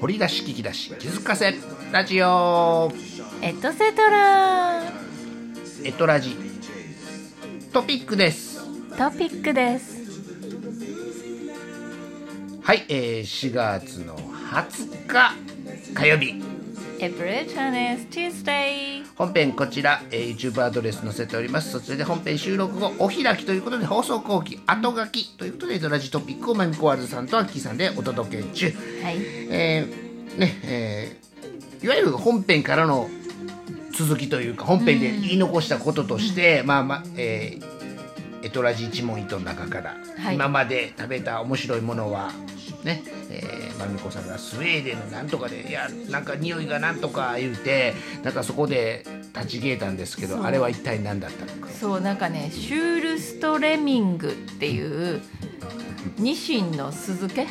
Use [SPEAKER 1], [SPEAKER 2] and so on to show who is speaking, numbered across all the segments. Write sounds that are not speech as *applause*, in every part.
[SPEAKER 1] 掘り出し聞き出し気づかせラジオ
[SPEAKER 2] エトセトラ
[SPEAKER 1] エトラジトピックです
[SPEAKER 2] トピックです
[SPEAKER 1] はい、えー、4月の20日火曜日
[SPEAKER 2] エブリチャネス Tuesday
[SPEAKER 1] 本編こちら、えー YouTube アドレス載せておりますそちらで本編収録後お開きということで放送後期後書きということでエトラジトピックをマミコワールドさんとアッキーさんでお届け中
[SPEAKER 2] はい
[SPEAKER 1] えーねえーいわゆる本編からの続きというか本編で言い残したこととして、まあまあえーエトラジ一問一答の中から、
[SPEAKER 2] はい
[SPEAKER 1] 今まで食べた面白いものはねえーまみこさんがスウェーデンのなんとかでいやなんか匂いがなんとか言うてなんかそこで立ち消えたんですけ
[SPEAKER 2] そ
[SPEAKER 1] ど
[SPEAKER 2] う
[SPEAKER 1] あれは一体何だったのか
[SPEAKER 2] そうなんかねシュールストレミングっていうニシンの酢漬け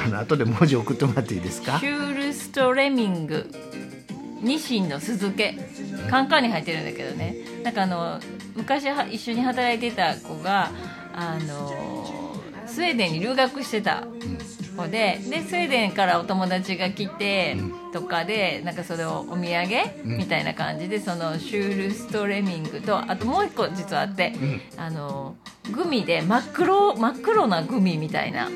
[SPEAKER 1] あの後で文字送ってもらっていいですか
[SPEAKER 2] シュールストレミングニシンの酢漬けカンカンに入ってるんだけどねなんかあの昔は一緒に働いてた子があのスウェーデンに留学してた子ででスウェーデンからお友達が来てとかでなんかそれをお土産みたいな感じでそのシュールストレミングとあともう一個実はあって
[SPEAKER 1] ん
[SPEAKER 2] あのグミで真っ黒真っ黒なグミみたいな。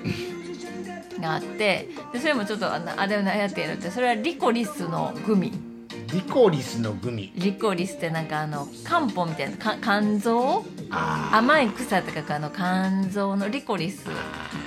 [SPEAKER 2] があってでそれもちょっとあなあれを何やってるってそれはリコリスのグミ
[SPEAKER 1] リコリスのグミ
[SPEAKER 2] リコリスってなんかあの漢方みたいなか肝臓
[SPEAKER 1] あ
[SPEAKER 2] 甘い草って書くあの肝臓のリコリス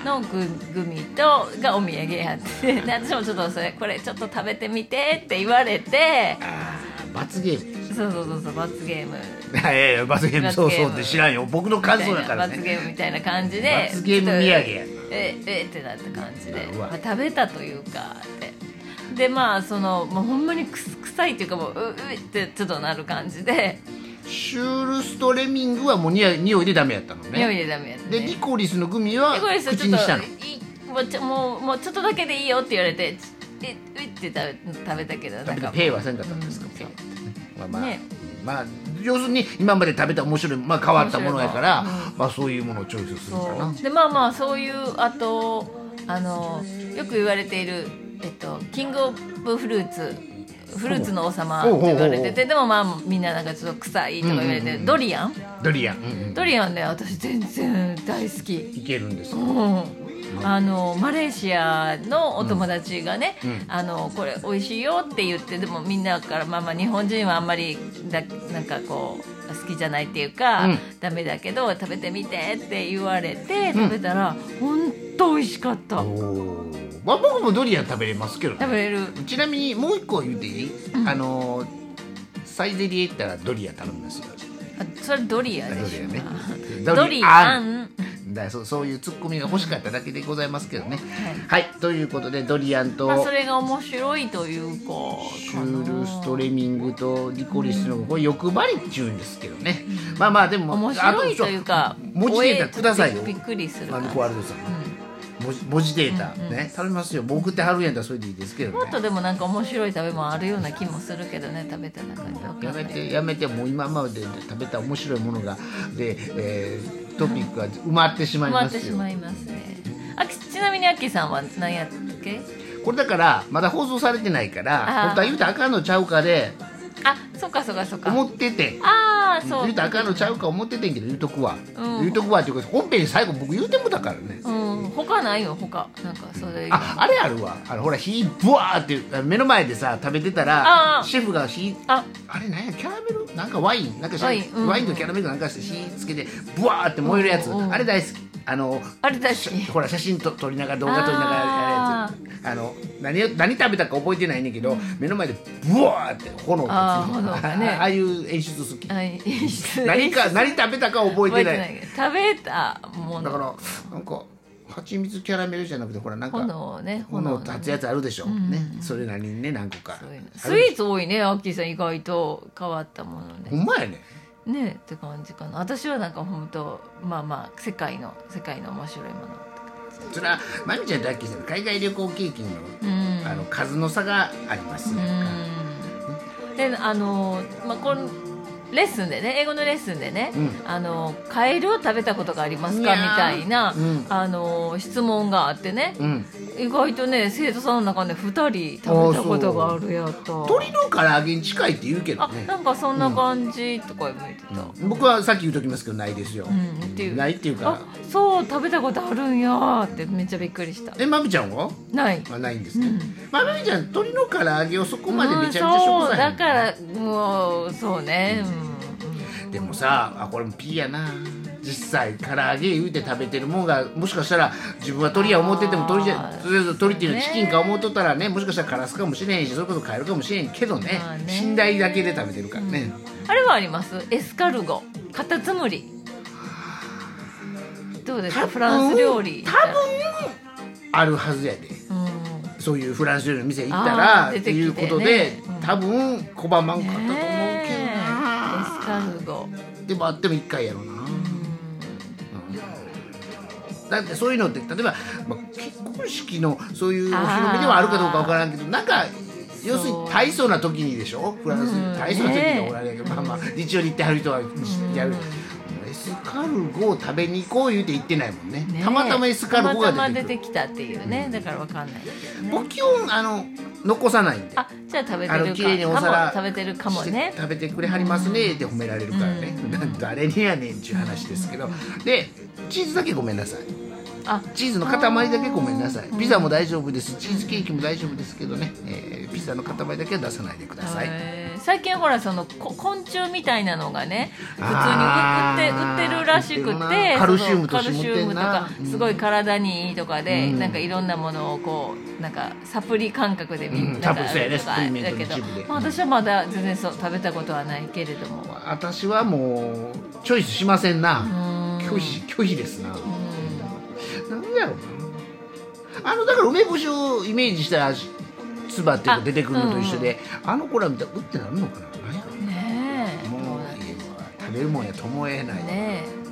[SPEAKER 2] のググミとがお土産やってで私もちょっとそれこれちょっと食べてみてって言われて
[SPEAKER 1] ーあー罰ゲーム
[SPEAKER 2] そうそうそうそう罰ゲーム
[SPEAKER 1] *laughs* いやいや罰ゲーム
[SPEAKER 2] 罰
[SPEAKER 1] そ
[SPEAKER 2] ゲ
[SPEAKER 1] う
[SPEAKER 2] ーム
[SPEAKER 1] そうって知らんよ僕の感
[SPEAKER 2] みたい
[SPEAKER 1] 想だ
[SPEAKER 2] な
[SPEAKER 1] から
[SPEAKER 2] 罰
[SPEAKER 1] ね
[SPEAKER 2] ゲームみたいな感じで
[SPEAKER 1] 罰ゲーム土産や
[SPEAKER 2] ちょっとええってなった感じで
[SPEAKER 1] うわ
[SPEAKER 2] まあ食べたというかってでまあそのもうほんまにくす臭いっていうかもうううってちょっとなる感じで
[SPEAKER 1] シュールストレミングはもうにおい匂いでダメやったの
[SPEAKER 2] 匂い
[SPEAKER 1] ね
[SPEAKER 2] でダメやった
[SPEAKER 1] で
[SPEAKER 2] ね
[SPEAKER 1] リコリスのグミは
[SPEAKER 2] リコリスは
[SPEAKER 1] 口
[SPEAKER 2] ちょ
[SPEAKER 1] に
[SPEAKER 2] っ
[SPEAKER 1] したの
[SPEAKER 2] といもうちょもうもうちょっとだけでいいよって言われてちえうって食べ食べたけどなん
[SPEAKER 1] 食べて
[SPEAKER 2] か
[SPEAKER 1] ペイはせんかったんですか
[SPEAKER 2] うん
[SPEAKER 1] ペイまあまあ
[SPEAKER 2] ね
[SPEAKER 1] まあ要するに今まで食べた面白いまあ変わったものやから
[SPEAKER 2] 面白いも
[SPEAKER 1] まあそういうものをチョイスするかな
[SPEAKER 2] そうでまあまあそういうあとあのよく言われている、えっと、キング・オブ・フルーツフルーツの王様って言われて
[SPEAKER 1] ほうほうほうほ
[SPEAKER 2] てでもまあみんななんかちょっと臭いとか言われて、
[SPEAKER 1] うんうんうん
[SPEAKER 2] ドリアン
[SPEAKER 1] ドリアンうんうん
[SPEAKER 2] ドリアンね私全然大好き。
[SPEAKER 1] いけるんです
[SPEAKER 2] う
[SPEAKER 1] よ
[SPEAKER 2] んあのマレーシアのお友達がね、
[SPEAKER 1] うんうん
[SPEAKER 2] あのこれ美味しいよって言ってでもみんなからまあまあ日本人はあんまりだなんかこう好きじゃないっていうか、
[SPEAKER 1] うん
[SPEAKER 2] ダメだけど食べてみてって言われて食べたら、本当美味しかった食
[SPEAKER 1] おーまあ僕もドリアン食べれますけどね
[SPEAKER 2] べれる
[SPEAKER 1] ちなみにもう一個言っていいあのーサイゼリエ行ったらドリア頼みますよ
[SPEAKER 2] あそれドリア
[SPEAKER 1] ド
[SPEAKER 2] で
[SPEAKER 1] リ
[SPEAKER 2] し
[SPEAKER 1] ア
[SPEAKER 2] ょ、
[SPEAKER 1] ね
[SPEAKER 2] ドリアン
[SPEAKER 1] だからそうそういうツッコミが欲しかっただけでございますけどね。はい、ということでドリアンと
[SPEAKER 2] まあ、それが面白いというか
[SPEAKER 1] シ
[SPEAKER 2] か
[SPEAKER 1] ュ
[SPEAKER 2] な
[SPEAKER 1] ールストレミングとリコリスのこれ欲張りっちゅうんですけどね。まあまあでも
[SPEAKER 2] 面白いというか
[SPEAKER 1] あと文字データくださいよ
[SPEAKER 2] びっくりする
[SPEAKER 1] マ
[SPEAKER 2] 感
[SPEAKER 1] ル
[SPEAKER 2] じ
[SPEAKER 1] コワールドさん。文字文字データね頼みますよ。僕ってはるやんだらそれでいいですけど
[SPEAKER 2] もっ
[SPEAKER 1] ね
[SPEAKER 2] と。でもなんか面白い食べ物あるような気もするけどね食べた中にわか
[SPEAKER 1] や
[SPEAKER 2] んな
[SPEAKER 1] め
[SPEAKER 2] い
[SPEAKER 1] てやめてもう今まで食べた面白いものがで、えートピックが埋まってしまい
[SPEAKER 2] 埋ま
[SPEAKER 1] ま
[SPEAKER 2] っ
[SPEAKER 1] す
[SPEAKER 2] て
[SPEAKER 1] よ。
[SPEAKER 2] しまいますねあきちなみにあきさんは何やったっけ
[SPEAKER 1] これだからまだ放送されてないから
[SPEAKER 2] あー
[SPEAKER 1] 本当は言うたらあかんのちゃうかで
[SPEAKER 2] あそっかそっかそっか
[SPEAKER 1] 思ってて。
[SPEAKER 2] ああそう
[SPEAKER 1] 言うたらあかんのちゃうか思っててんけど言うとくわ、
[SPEAKER 2] うん
[SPEAKER 1] 言うとくわっていうか本編で最後僕言うてもだからね、
[SPEAKER 2] うん他ないよ他なんかそれ
[SPEAKER 1] ああれあるわあのほら火ブワーってあの目の前でさ食べてた
[SPEAKER 2] あ
[SPEAKER 1] ら
[SPEAKER 2] ー
[SPEAKER 1] シェフが火
[SPEAKER 2] あ
[SPEAKER 1] あれなんやキャラメルなんかワインなんかし
[SPEAKER 2] ワインうん
[SPEAKER 1] ワインとキャラメルなんかして火つけてブワーって燃えるやつ、
[SPEAKER 2] うんうん
[SPEAKER 1] あれ大好きあの
[SPEAKER 2] あれ大好き
[SPEAKER 1] しほら写真と撮りながら動画撮りながらやるやつあの何を何食べたか覚えてないねんけど目の前でブワーって炎が
[SPEAKER 2] あ
[SPEAKER 1] つ
[SPEAKER 2] ー
[SPEAKER 1] いてる
[SPEAKER 2] 炎がね
[SPEAKER 1] あああいう演出好き
[SPEAKER 2] *laughs* あいいっすね
[SPEAKER 1] 何か何食べたか覚え
[SPEAKER 2] 覚
[SPEAKER 1] て
[SPEAKER 2] え
[SPEAKER 1] ない
[SPEAKER 2] てないけど食べたも
[SPEAKER 1] だ
[SPEAKER 2] の
[SPEAKER 1] からなんか蜂蜜キャラメルじゃなくてほらなんか炎
[SPEAKER 2] 炎をね
[SPEAKER 1] の立つやつあるでしょ、ね
[SPEAKER 2] う、ん
[SPEAKER 1] それなりにね何個か
[SPEAKER 2] そういうの
[SPEAKER 1] あ
[SPEAKER 2] ス
[SPEAKER 1] るでし
[SPEAKER 2] イーツ多いねアッキーさん意外と変わったものね
[SPEAKER 1] ょほんまやね
[SPEAKER 2] ねって感じかな私はなんか本当まあまあ世界の世界の面白いもの
[SPEAKER 1] それはまみちゃんとアッキーさんの海外旅行経験の,、
[SPEAKER 2] うん
[SPEAKER 1] あの数の差があります、
[SPEAKER 2] うんであの、まあ、こんレッスンでね英語のレッスンでね、
[SPEAKER 1] うん
[SPEAKER 2] あのカエルを食べたことがありますか
[SPEAKER 1] に
[SPEAKER 2] み
[SPEAKER 1] ゃー
[SPEAKER 2] たいな、
[SPEAKER 1] うん
[SPEAKER 2] あの質問があってね、
[SPEAKER 1] うん
[SPEAKER 2] 意外とね生徒さんの中で2人食べたことがあるやと
[SPEAKER 1] 鳥の唐揚げに近いって言うけど
[SPEAKER 2] あ
[SPEAKER 1] ね
[SPEAKER 2] なんかそんな感じとか言ってた、うん
[SPEAKER 1] 僕はさっき言うときますけどないですよ、
[SPEAKER 2] っていう
[SPEAKER 1] ないっていうか
[SPEAKER 2] あそう食べたことあるんやーってめっちゃびっくりした
[SPEAKER 1] えまみちゃんは
[SPEAKER 2] ない
[SPEAKER 1] あないんですね、
[SPEAKER 2] うん
[SPEAKER 1] まあまみちゃん鶏の唐揚げをそこまでめちゃ
[SPEAKER 2] う
[SPEAKER 1] めち
[SPEAKER 2] ん
[SPEAKER 1] ゃ
[SPEAKER 2] そ
[SPEAKER 1] 食
[SPEAKER 2] う
[SPEAKER 1] 材、
[SPEAKER 2] だからもうそうね、うん
[SPEAKER 1] でもさあこれもピーやな実際唐揚げ言うて食べてるもんがもしかしたら自分は鳥や思ってても鳥じゃ
[SPEAKER 2] あー
[SPEAKER 1] とりあえず鳥っていうのは
[SPEAKER 2] ね
[SPEAKER 1] チキンか思うとったらねもしかしたらカラスかもしれへんしそれこそカエルかもしれへんけどね
[SPEAKER 2] まあね
[SPEAKER 1] 信頼だけで食べてるからね、
[SPEAKER 2] あれはありますエスカルゴカタツムリどうですかフランス料理
[SPEAKER 1] 多あるはずやで
[SPEAKER 2] うん
[SPEAKER 1] そういうフランス料理の店行った
[SPEAKER 2] あ
[SPEAKER 1] ら
[SPEAKER 2] ー
[SPEAKER 1] っ
[SPEAKER 2] 出
[SPEAKER 1] て
[SPEAKER 2] て
[SPEAKER 1] い
[SPEAKER 2] き
[SPEAKER 1] う
[SPEAKER 2] てね
[SPEAKER 1] ことで、
[SPEAKER 2] うん
[SPEAKER 1] 多分拒まんかったと思うけど
[SPEAKER 2] ねえ
[SPEAKER 1] な、
[SPEAKER 2] エスカルゴ
[SPEAKER 1] でもあっても1回やろうな、
[SPEAKER 2] うん
[SPEAKER 1] だってそういうのって例えば、まあ、結婚式のそういうお披露目ではあるかどうかわからんけどなんか要するに大層な時にでしょフランス
[SPEAKER 2] うん
[SPEAKER 1] 大層な時に
[SPEAKER 2] ね
[SPEAKER 1] おられるけど、まあまあ日曜に行ってはる人はやる。エスカルゴを食べに行こう言うて行ってないもんね
[SPEAKER 2] ねえ
[SPEAKER 1] たまたまエスカルゴ
[SPEAKER 2] たまた
[SPEAKER 1] が
[SPEAKER 2] ま
[SPEAKER 1] 出
[SPEAKER 2] 出
[SPEAKER 1] て
[SPEAKER 2] て
[SPEAKER 1] くる
[SPEAKER 2] きたっていうねだからわかんない
[SPEAKER 1] 僕基本あの残さないんで
[SPEAKER 2] あじゃあ食べて
[SPEAKER 1] あの
[SPEAKER 2] る
[SPEAKER 1] 綺麗にお
[SPEAKER 2] かか
[SPEAKER 1] 皿
[SPEAKER 2] も食べてるかもね
[SPEAKER 1] して食べてくれはりますねって褒められるからね、誰にやねんっちゅう話ですけどでチーズだけごめんなさい
[SPEAKER 2] あ
[SPEAKER 1] チーズの塊だけごめんなさい
[SPEAKER 2] うん
[SPEAKER 1] ピザも大丈夫ですチーズケーキも大丈夫ですけどね、えーピザの塊だけは出さないでください、
[SPEAKER 2] へー最近ほらそのこ昆虫みたいなのがね普通に
[SPEAKER 1] あー
[SPEAKER 2] 売って売ってるらしく
[SPEAKER 1] 売ってる
[SPEAKER 2] て
[SPEAKER 1] なカルシウムと
[SPEAKER 2] そのカルシウムと
[SPEAKER 1] カ
[SPEAKER 2] か
[SPEAKER 1] ルシウムとかうん
[SPEAKER 2] すごい体にいいとかで、
[SPEAKER 1] うん
[SPEAKER 2] なんかいろんなものをこうなんかサプリ感覚でみ
[SPEAKER 1] うんんサ
[SPEAKER 2] な
[SPEAKER 1] プリそうやね
[SPEAKER 2] とか
[SPEAKER 1] サプリメントの一部で
[SPEAKER 2] だけどまあ私はまだ全然そう食べたことはないけれども
[SPEAKER 1] 私はもうチョイスしません
[SPEAKER 2] う
[SPEAKER 1] な、
[SPEAKER 2] ーん
[SPEAKER 1] 拒否拒否ですな、
[SPEAKER 2] うん
[SPEAKER 1] なんだろうなあのだから梅干しをイメージしたつばっていうか出てくるのと一緒であ,、の子ら見たらうってなるのかななんやろ
[SPEAKER 2] ねえ
[SPEAKER 1] もう
[SPEAKER 2] そうなんです
[SPEAKER 1] 食べるもんやともえない、
[SPEAKER 2] ねえ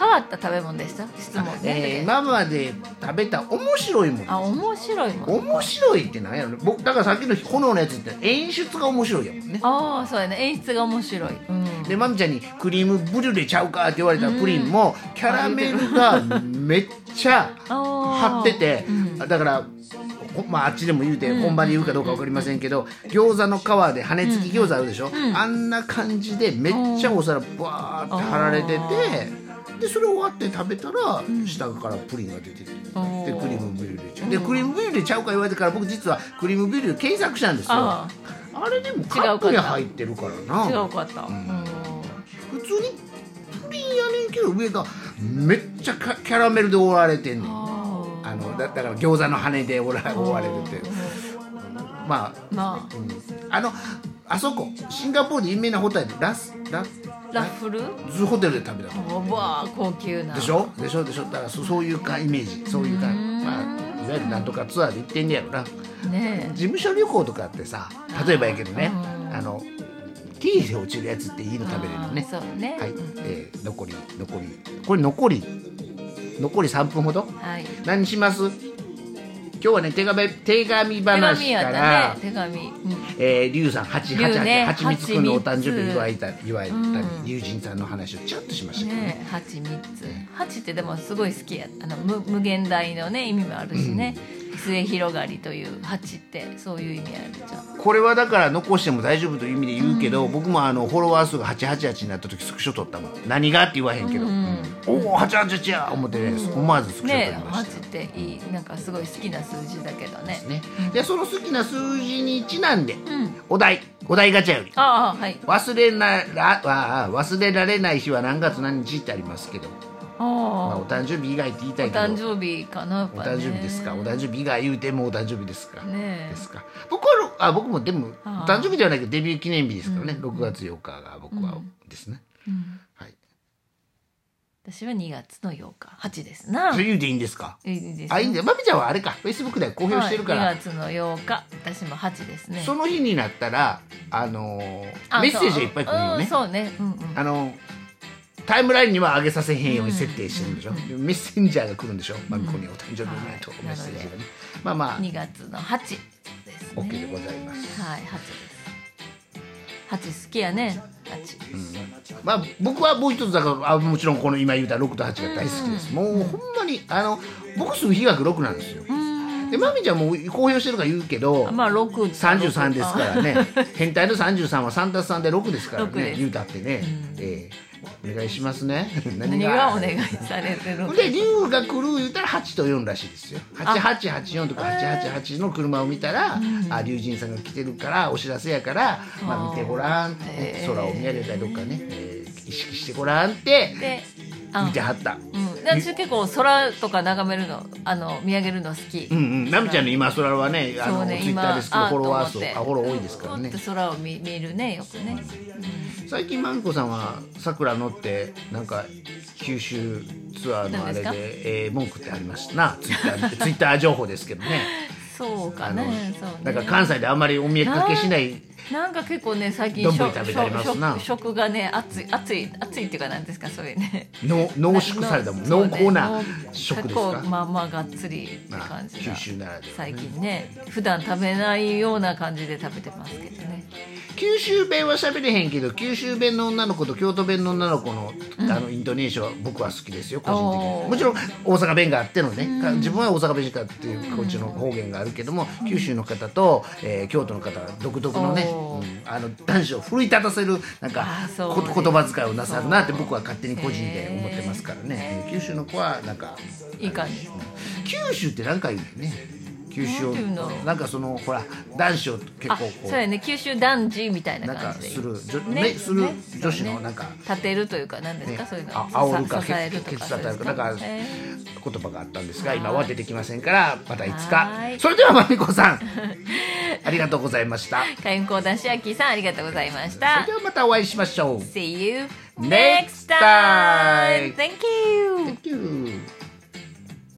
[SPEAKER 2] 変わった食べ物でした質問ね、
[SPEAKER 1] えー今まで食べた面白いもん
[SPEAKER 2] あ面白いもの
[SPEAKER 1] 面白いってなんやろね僕だからさっきの炎のやつって演出が面白いやもんね
[SPEAKER 2] ああそうやね演出が面白い、うん
[SPEAKER 1] でまみちゃんに「クリームブリュレちゃうか?」って言われたプリンもキャラメルがめっちゃ張
[SPEAKER 2] 張
[SPEAKER 1] っててだからほまあ、あっちでも言うて
[SPEAKER 2] うん
[SPEAKER 1] 本場で言うかどうか分かりませんけど餃子の皮で羽根付き餃子あるでしょ、
[SPEAKER 2] ん
[SPEAKER 1] あんな感じでめっちゃお皿バーって貼られててでそれ終わって食べたら下からプリンが出てきてでクリ
[SPEAKER 2] おー
[SPEAKER 1] ームブリュレちゃうでクリームブリュレちゃうか言われてから僕実はクリームブリュレ検索したんですよ
[SPEAKER 2] あ
[SPEAKER 1] あれでもカップに入ってるからな
[SPEAKER 2] 違うかった、
[SPEAKER 1] ん
[SPEAKER 2] うん
[SPEAKER 1] 普通にプリンやねんけど上がめっちゃかキャラメルで覆われてんねん
[SPEAKER 2] あ
[SPEAKER 1] あのだだから餃子の羽で覆ら
[SPEAKER 2] ー
[SPEAKER 1] 覆われるっていうまあ、
[SPEAKER 2] ま
[SPEAKER 1] うん、あのあそこシンガポールで有名なホテルラスラ
[SPEAKER 2] あラッフル
[SPEAKER 1] ズホテルで食べたと
[SPEAKER 2] うわー高級な
[SPEAKER 1] でしょでしょでしょだからそそういうかイメージそういうか
[SPEAKER 2] うん
[SPEAKER 1] まあいわゆるなんとかツアーで行ってんねやろな
[SPEAKER 2] ね
[SPEAKER 1] 事務所旅行とかってさ例えばやけどね
[SPEAKER 2] うん
[SPEAKER 1] あの経費で落ちるやつっていいの食べれるのね
[SPEAKER 2] あーそうね
[SPEAKER 1] はい、えー残り残りこれ残り残り3分ほど
[SPEAKER 2] えはい
[SPEAKER 1] 何します今日はね手紙手紙
[SPEAKER 2] 手
[SPEAKER 1] 話
[SPEAKER 2] 紙や
[SPEAKER 1] か
[SPEAKER 2] っ
[SPEAKER 1] ら、
[SPEAKER 2] たね手紙、うん
[SPEAKER 1] えー、リュウさん八八
[SPEAKER 2] リュウね
[SPEAKER 1] 八八みつくんのお誕生日祝いた祝いたり、
[SPEAKER 2] うん
[SPEAKER 1] 友人さんの話をちゃんとしましたけどね
[SPEAKER 2] ねえ蜂蜜蜂ってでもすごい好きやあの無無限大のね意味もあるしね、末広がりという蜂ってそういう意味あるじゃん
[SPEAKER 1] これはだから残しても大丈夫という意味で言うけど、僕もあのフォロワー数が888になった時スクショ撮ったもん何がって言わへんけど、
[SPEAKER 2] うん
[SPEAKER 1] おお888や思ってね、思わずスクショ撮
[SPEAKER 2] ね
[SPEAKER 1] り
[SPEAKER 2] え
[SPEAKER 1] まし
[SPEAKER 2] 蜂
[SPEAKER 1] た、
[SPEAKER 2] っていいなんかすごい好きな数字だけどね
[SPEAKER 1] ねでその好きな数字にちなんで、
[SPEAKER 2] うん
[SPEAKER 1] お題お題ガチャより
[SPEAKER 2] ああはい
[SPEAKER 1] 忘れならわあ忘れられない日は何月何日ってありますけど、まあ、
[SPEAKER 2] あ
[SPEAKER 1] お誕生日以外って言いた
[SPEAKER 2] あお
[SPEAKER 1] いけど
[SPEAKER 2] 誕生日かなやっ
[SPEAKER 1] お
[SPEAKER 2] ぱ、ね、
[SPEAKER 1] 誕生日ですかお誕生日以外言うてもお誕生日ですか、
[SPEAKER 2] ねえ
[SPEAKER 1] ですか僕はあ僕もでもお
[SPEAKER 2] ああ
[SPEAKER 1] 誕生日ではないけどデビュー記念日ですからね、6月8日が僕はですね、
[SPEAKER 2] うん
[SPEAKER 1] はい
[SPEAKER 2] 私は2月の8日8ですな
[SPEAKER 1] それ言うでいいんですか
[SPEAKER 2] いいですね
[SPEAKER 1] あいいんだよまみちゃんはあれかフェイスブックで公表してるから、
[SPEAKER 2] はい、2月の8日私も8ですね
[SPEAKER 1] その日になったらあのー
[SPEAKER 2] あ
[SPEAKER 1] メッセージがいっぱい来るよね
[SPEAKER 2] そううんそうね、うんうん、
[SPEAKER 1] あのタイムラインには上げさせへんように設定してるんでしょ、メッセンジャーが来るんでしょまみこにお誕生日おめでとう
[SPEAKER 2] はい
[SPEAKER 1] メッセージがねまあまあ
[SPEAKER 2] 2月の8ですね
[SPEAKER 1] OK でございます
[SPEAKER 2] はい8ですハチ好きやねハチ
[SPEAKER 1] まあ、僕はもう一つだからあもちろんこの今言うた6と8が大好きです、もうほんまにあの僕すぐ比学6なんですよ、でまみちゃんも公表してるから言うけど、
[SPEAKER 2] まあ6
[SPEAKER 1] 33ですからね変態の33は3たす3で6ですから
[SPEAKER 2] 6
[SPEAKER 1] ね
[SPEAKER 2] です
[SPEAKER 1] 言うたってね、ええお願いしますね何
[SPEAKER 2] 何がお願いされてるの
[SPEAKER 1] で龍が来る言うたら8と4らしいですよ8884とか888の車を見たら、あ龍神さんが来てるからお知らせやから、まあ、見てごらんってね、
[SPEAKER 2] へえ
[SPEAKER 1] 空を見上げたりどっかね、えー意識してごらんって
[SPEAKER 2] で
[SPEAKER 1] 見
[SPEAKER 2] あ
[SPEAKER 1] てはった、
[SPEAKER 2] うん、で私結構空とか眺めるのあの見上げるの好き、
[SPEAKER 1] うんうん、ナミちゃんの今空はねあ
[SPEAKER 2] そ
[SPEAKER 1] の
[SPEAKER 2] う
[SPEAKER 1] ツイ
[SPEAKER 2] ね
[SPEAKER 1] ッタ
[SPEAKER 2] 今
[SPEAKER 1] ーですけど
[SPEAKER 2] あ
[SPEAKER 1] フォロワー数
[SPEAKER 2] と思って
[SPEAKER 1] あフォロー多いですからね
[SPEAKER 2] ちょっと空を見見るねよくね、
[SPEAKER 1] 最近まみこさんはさくら乗ってなんか九州ツアーのあれで
[SPEAKER 2] 何
[SPEAKER 1] えー文句ってありましたなツイッターツイッター情報ですけどね
[SPEAKER 2] そうか
[SPEAKER 1] あの
[SPEAKER 2] ねそうね
[SPEAKER 1] なんか関西であんまりお見かけしない
[SPEAKER 2] なんか結構ね最近
[SPEAKER 1] 丼
[SPEAKER 2] 食
[SPEAKER 1] 食べたりますな
[SPEAKER 2] 食食がね熱い熱い熱いっていうかなんですかそういうね
[SPEAKER 1] の濃縮されたもん
[SPEAKER 2] *laughs* そう
[SPEAKER 1] 濃
[SPEAKER 2] ね
[SPEAKER 1] 厚な
[SPEAKER 2] 濃
[SPEAKER 1] 食です
[SPEAKER 2] 結
[SPEAKER 1] か
[SPEAKER 2] 構まあまあがっつりって
[SPEAKER 1] まあ
[SPEAKER 2] 感じが
[SPEAKER 1] 九州ならでは
[SPEAKER 2] 最
[SPEAKER 1] ね
[SPEAKER 2] 近ね普段食べないような感じで食べてますけどね
[SPEAKER 1] 九州弁は喋れへんけど九州弁の女の子と京都弁の女の子の,、あのイントネーションは僕は好きですよ個人的
[SPEAKER 2] お
[SPEAKER 1] に
[SPEAKER 2] ー
[SPEAKER 1] もちろん大阪弁があってのね、か自分は大阪弁しかっていうこっちの方言があるけども、九州の方と、えー京都の方は独特のね、
[SPEAKER 2] おー
[SPEAKER 1] うんあの男子を奮い立たせるなんか
[SPEAKER 2] あーそう
[SPEAKER 1] こ言葉遣いをなさるなって僕は勝手に個人で
[SPEAKER 2] へー
[SPEAKER 1] 思ってますからね、えー九州の子はなんか
[SPEAKER 2] いい感じ
[SPEAKER 1] 九州ってなんかいいよね九州を
[SPEAKER 2] なんていうの
[SPEAKER 1] なんかそのほら男子を結構
[SPEAKER 2] あ
[SPEAKER 1] こう
[SPEAKER 2] そうやね九州男児みたい
[SPEAKER 1] な
[SPEAKER 2] なん
[SPEAKER 1] か
[SPEAKER 2] 感じです
[SPEAKER 1] る女,、ね
[SPEAKER 2] ね
[SPEAKER 1] する
[SPEAKER 2] ね
[SPEAKER 1] 女子のなんか、
[SPEAKER 2] 立てるというか何です
[SPEAKER 1] ね
[SPEAKER 2] か、そういうの
[SPEAKER 1] あ煽るか
[SPEAKER 2] 支えると
[SPEAKER 1] ケ
[SPEAKER 2] か
[SPEAKER 1] ツ叩くなんか
[SPEAKER 2] え
[SPEAKER 1] 言葉があったんですが
[SPEAKER 2] はい
[SPEAKER 1] 今は出てきませんからまたいつか
[SPEAKER 2] はい
[SPEAKER 1] それではまみこさんありがとうございま
[SPEAKER 2] *laughs*
[SPEAKER 1] した
[SPEAKER 2] ー、海運講談志明さんありがとうございまし
[SPEAKER 1] そ
[SPEAKER 2] た
[SPEAKER 1] れではまたお会いしましょう
[SPEAKER 2] See you
[SPEAKER 1] Next
[SPEAKER 2] next time! Thank you!
[SPEAKER 1] Thank you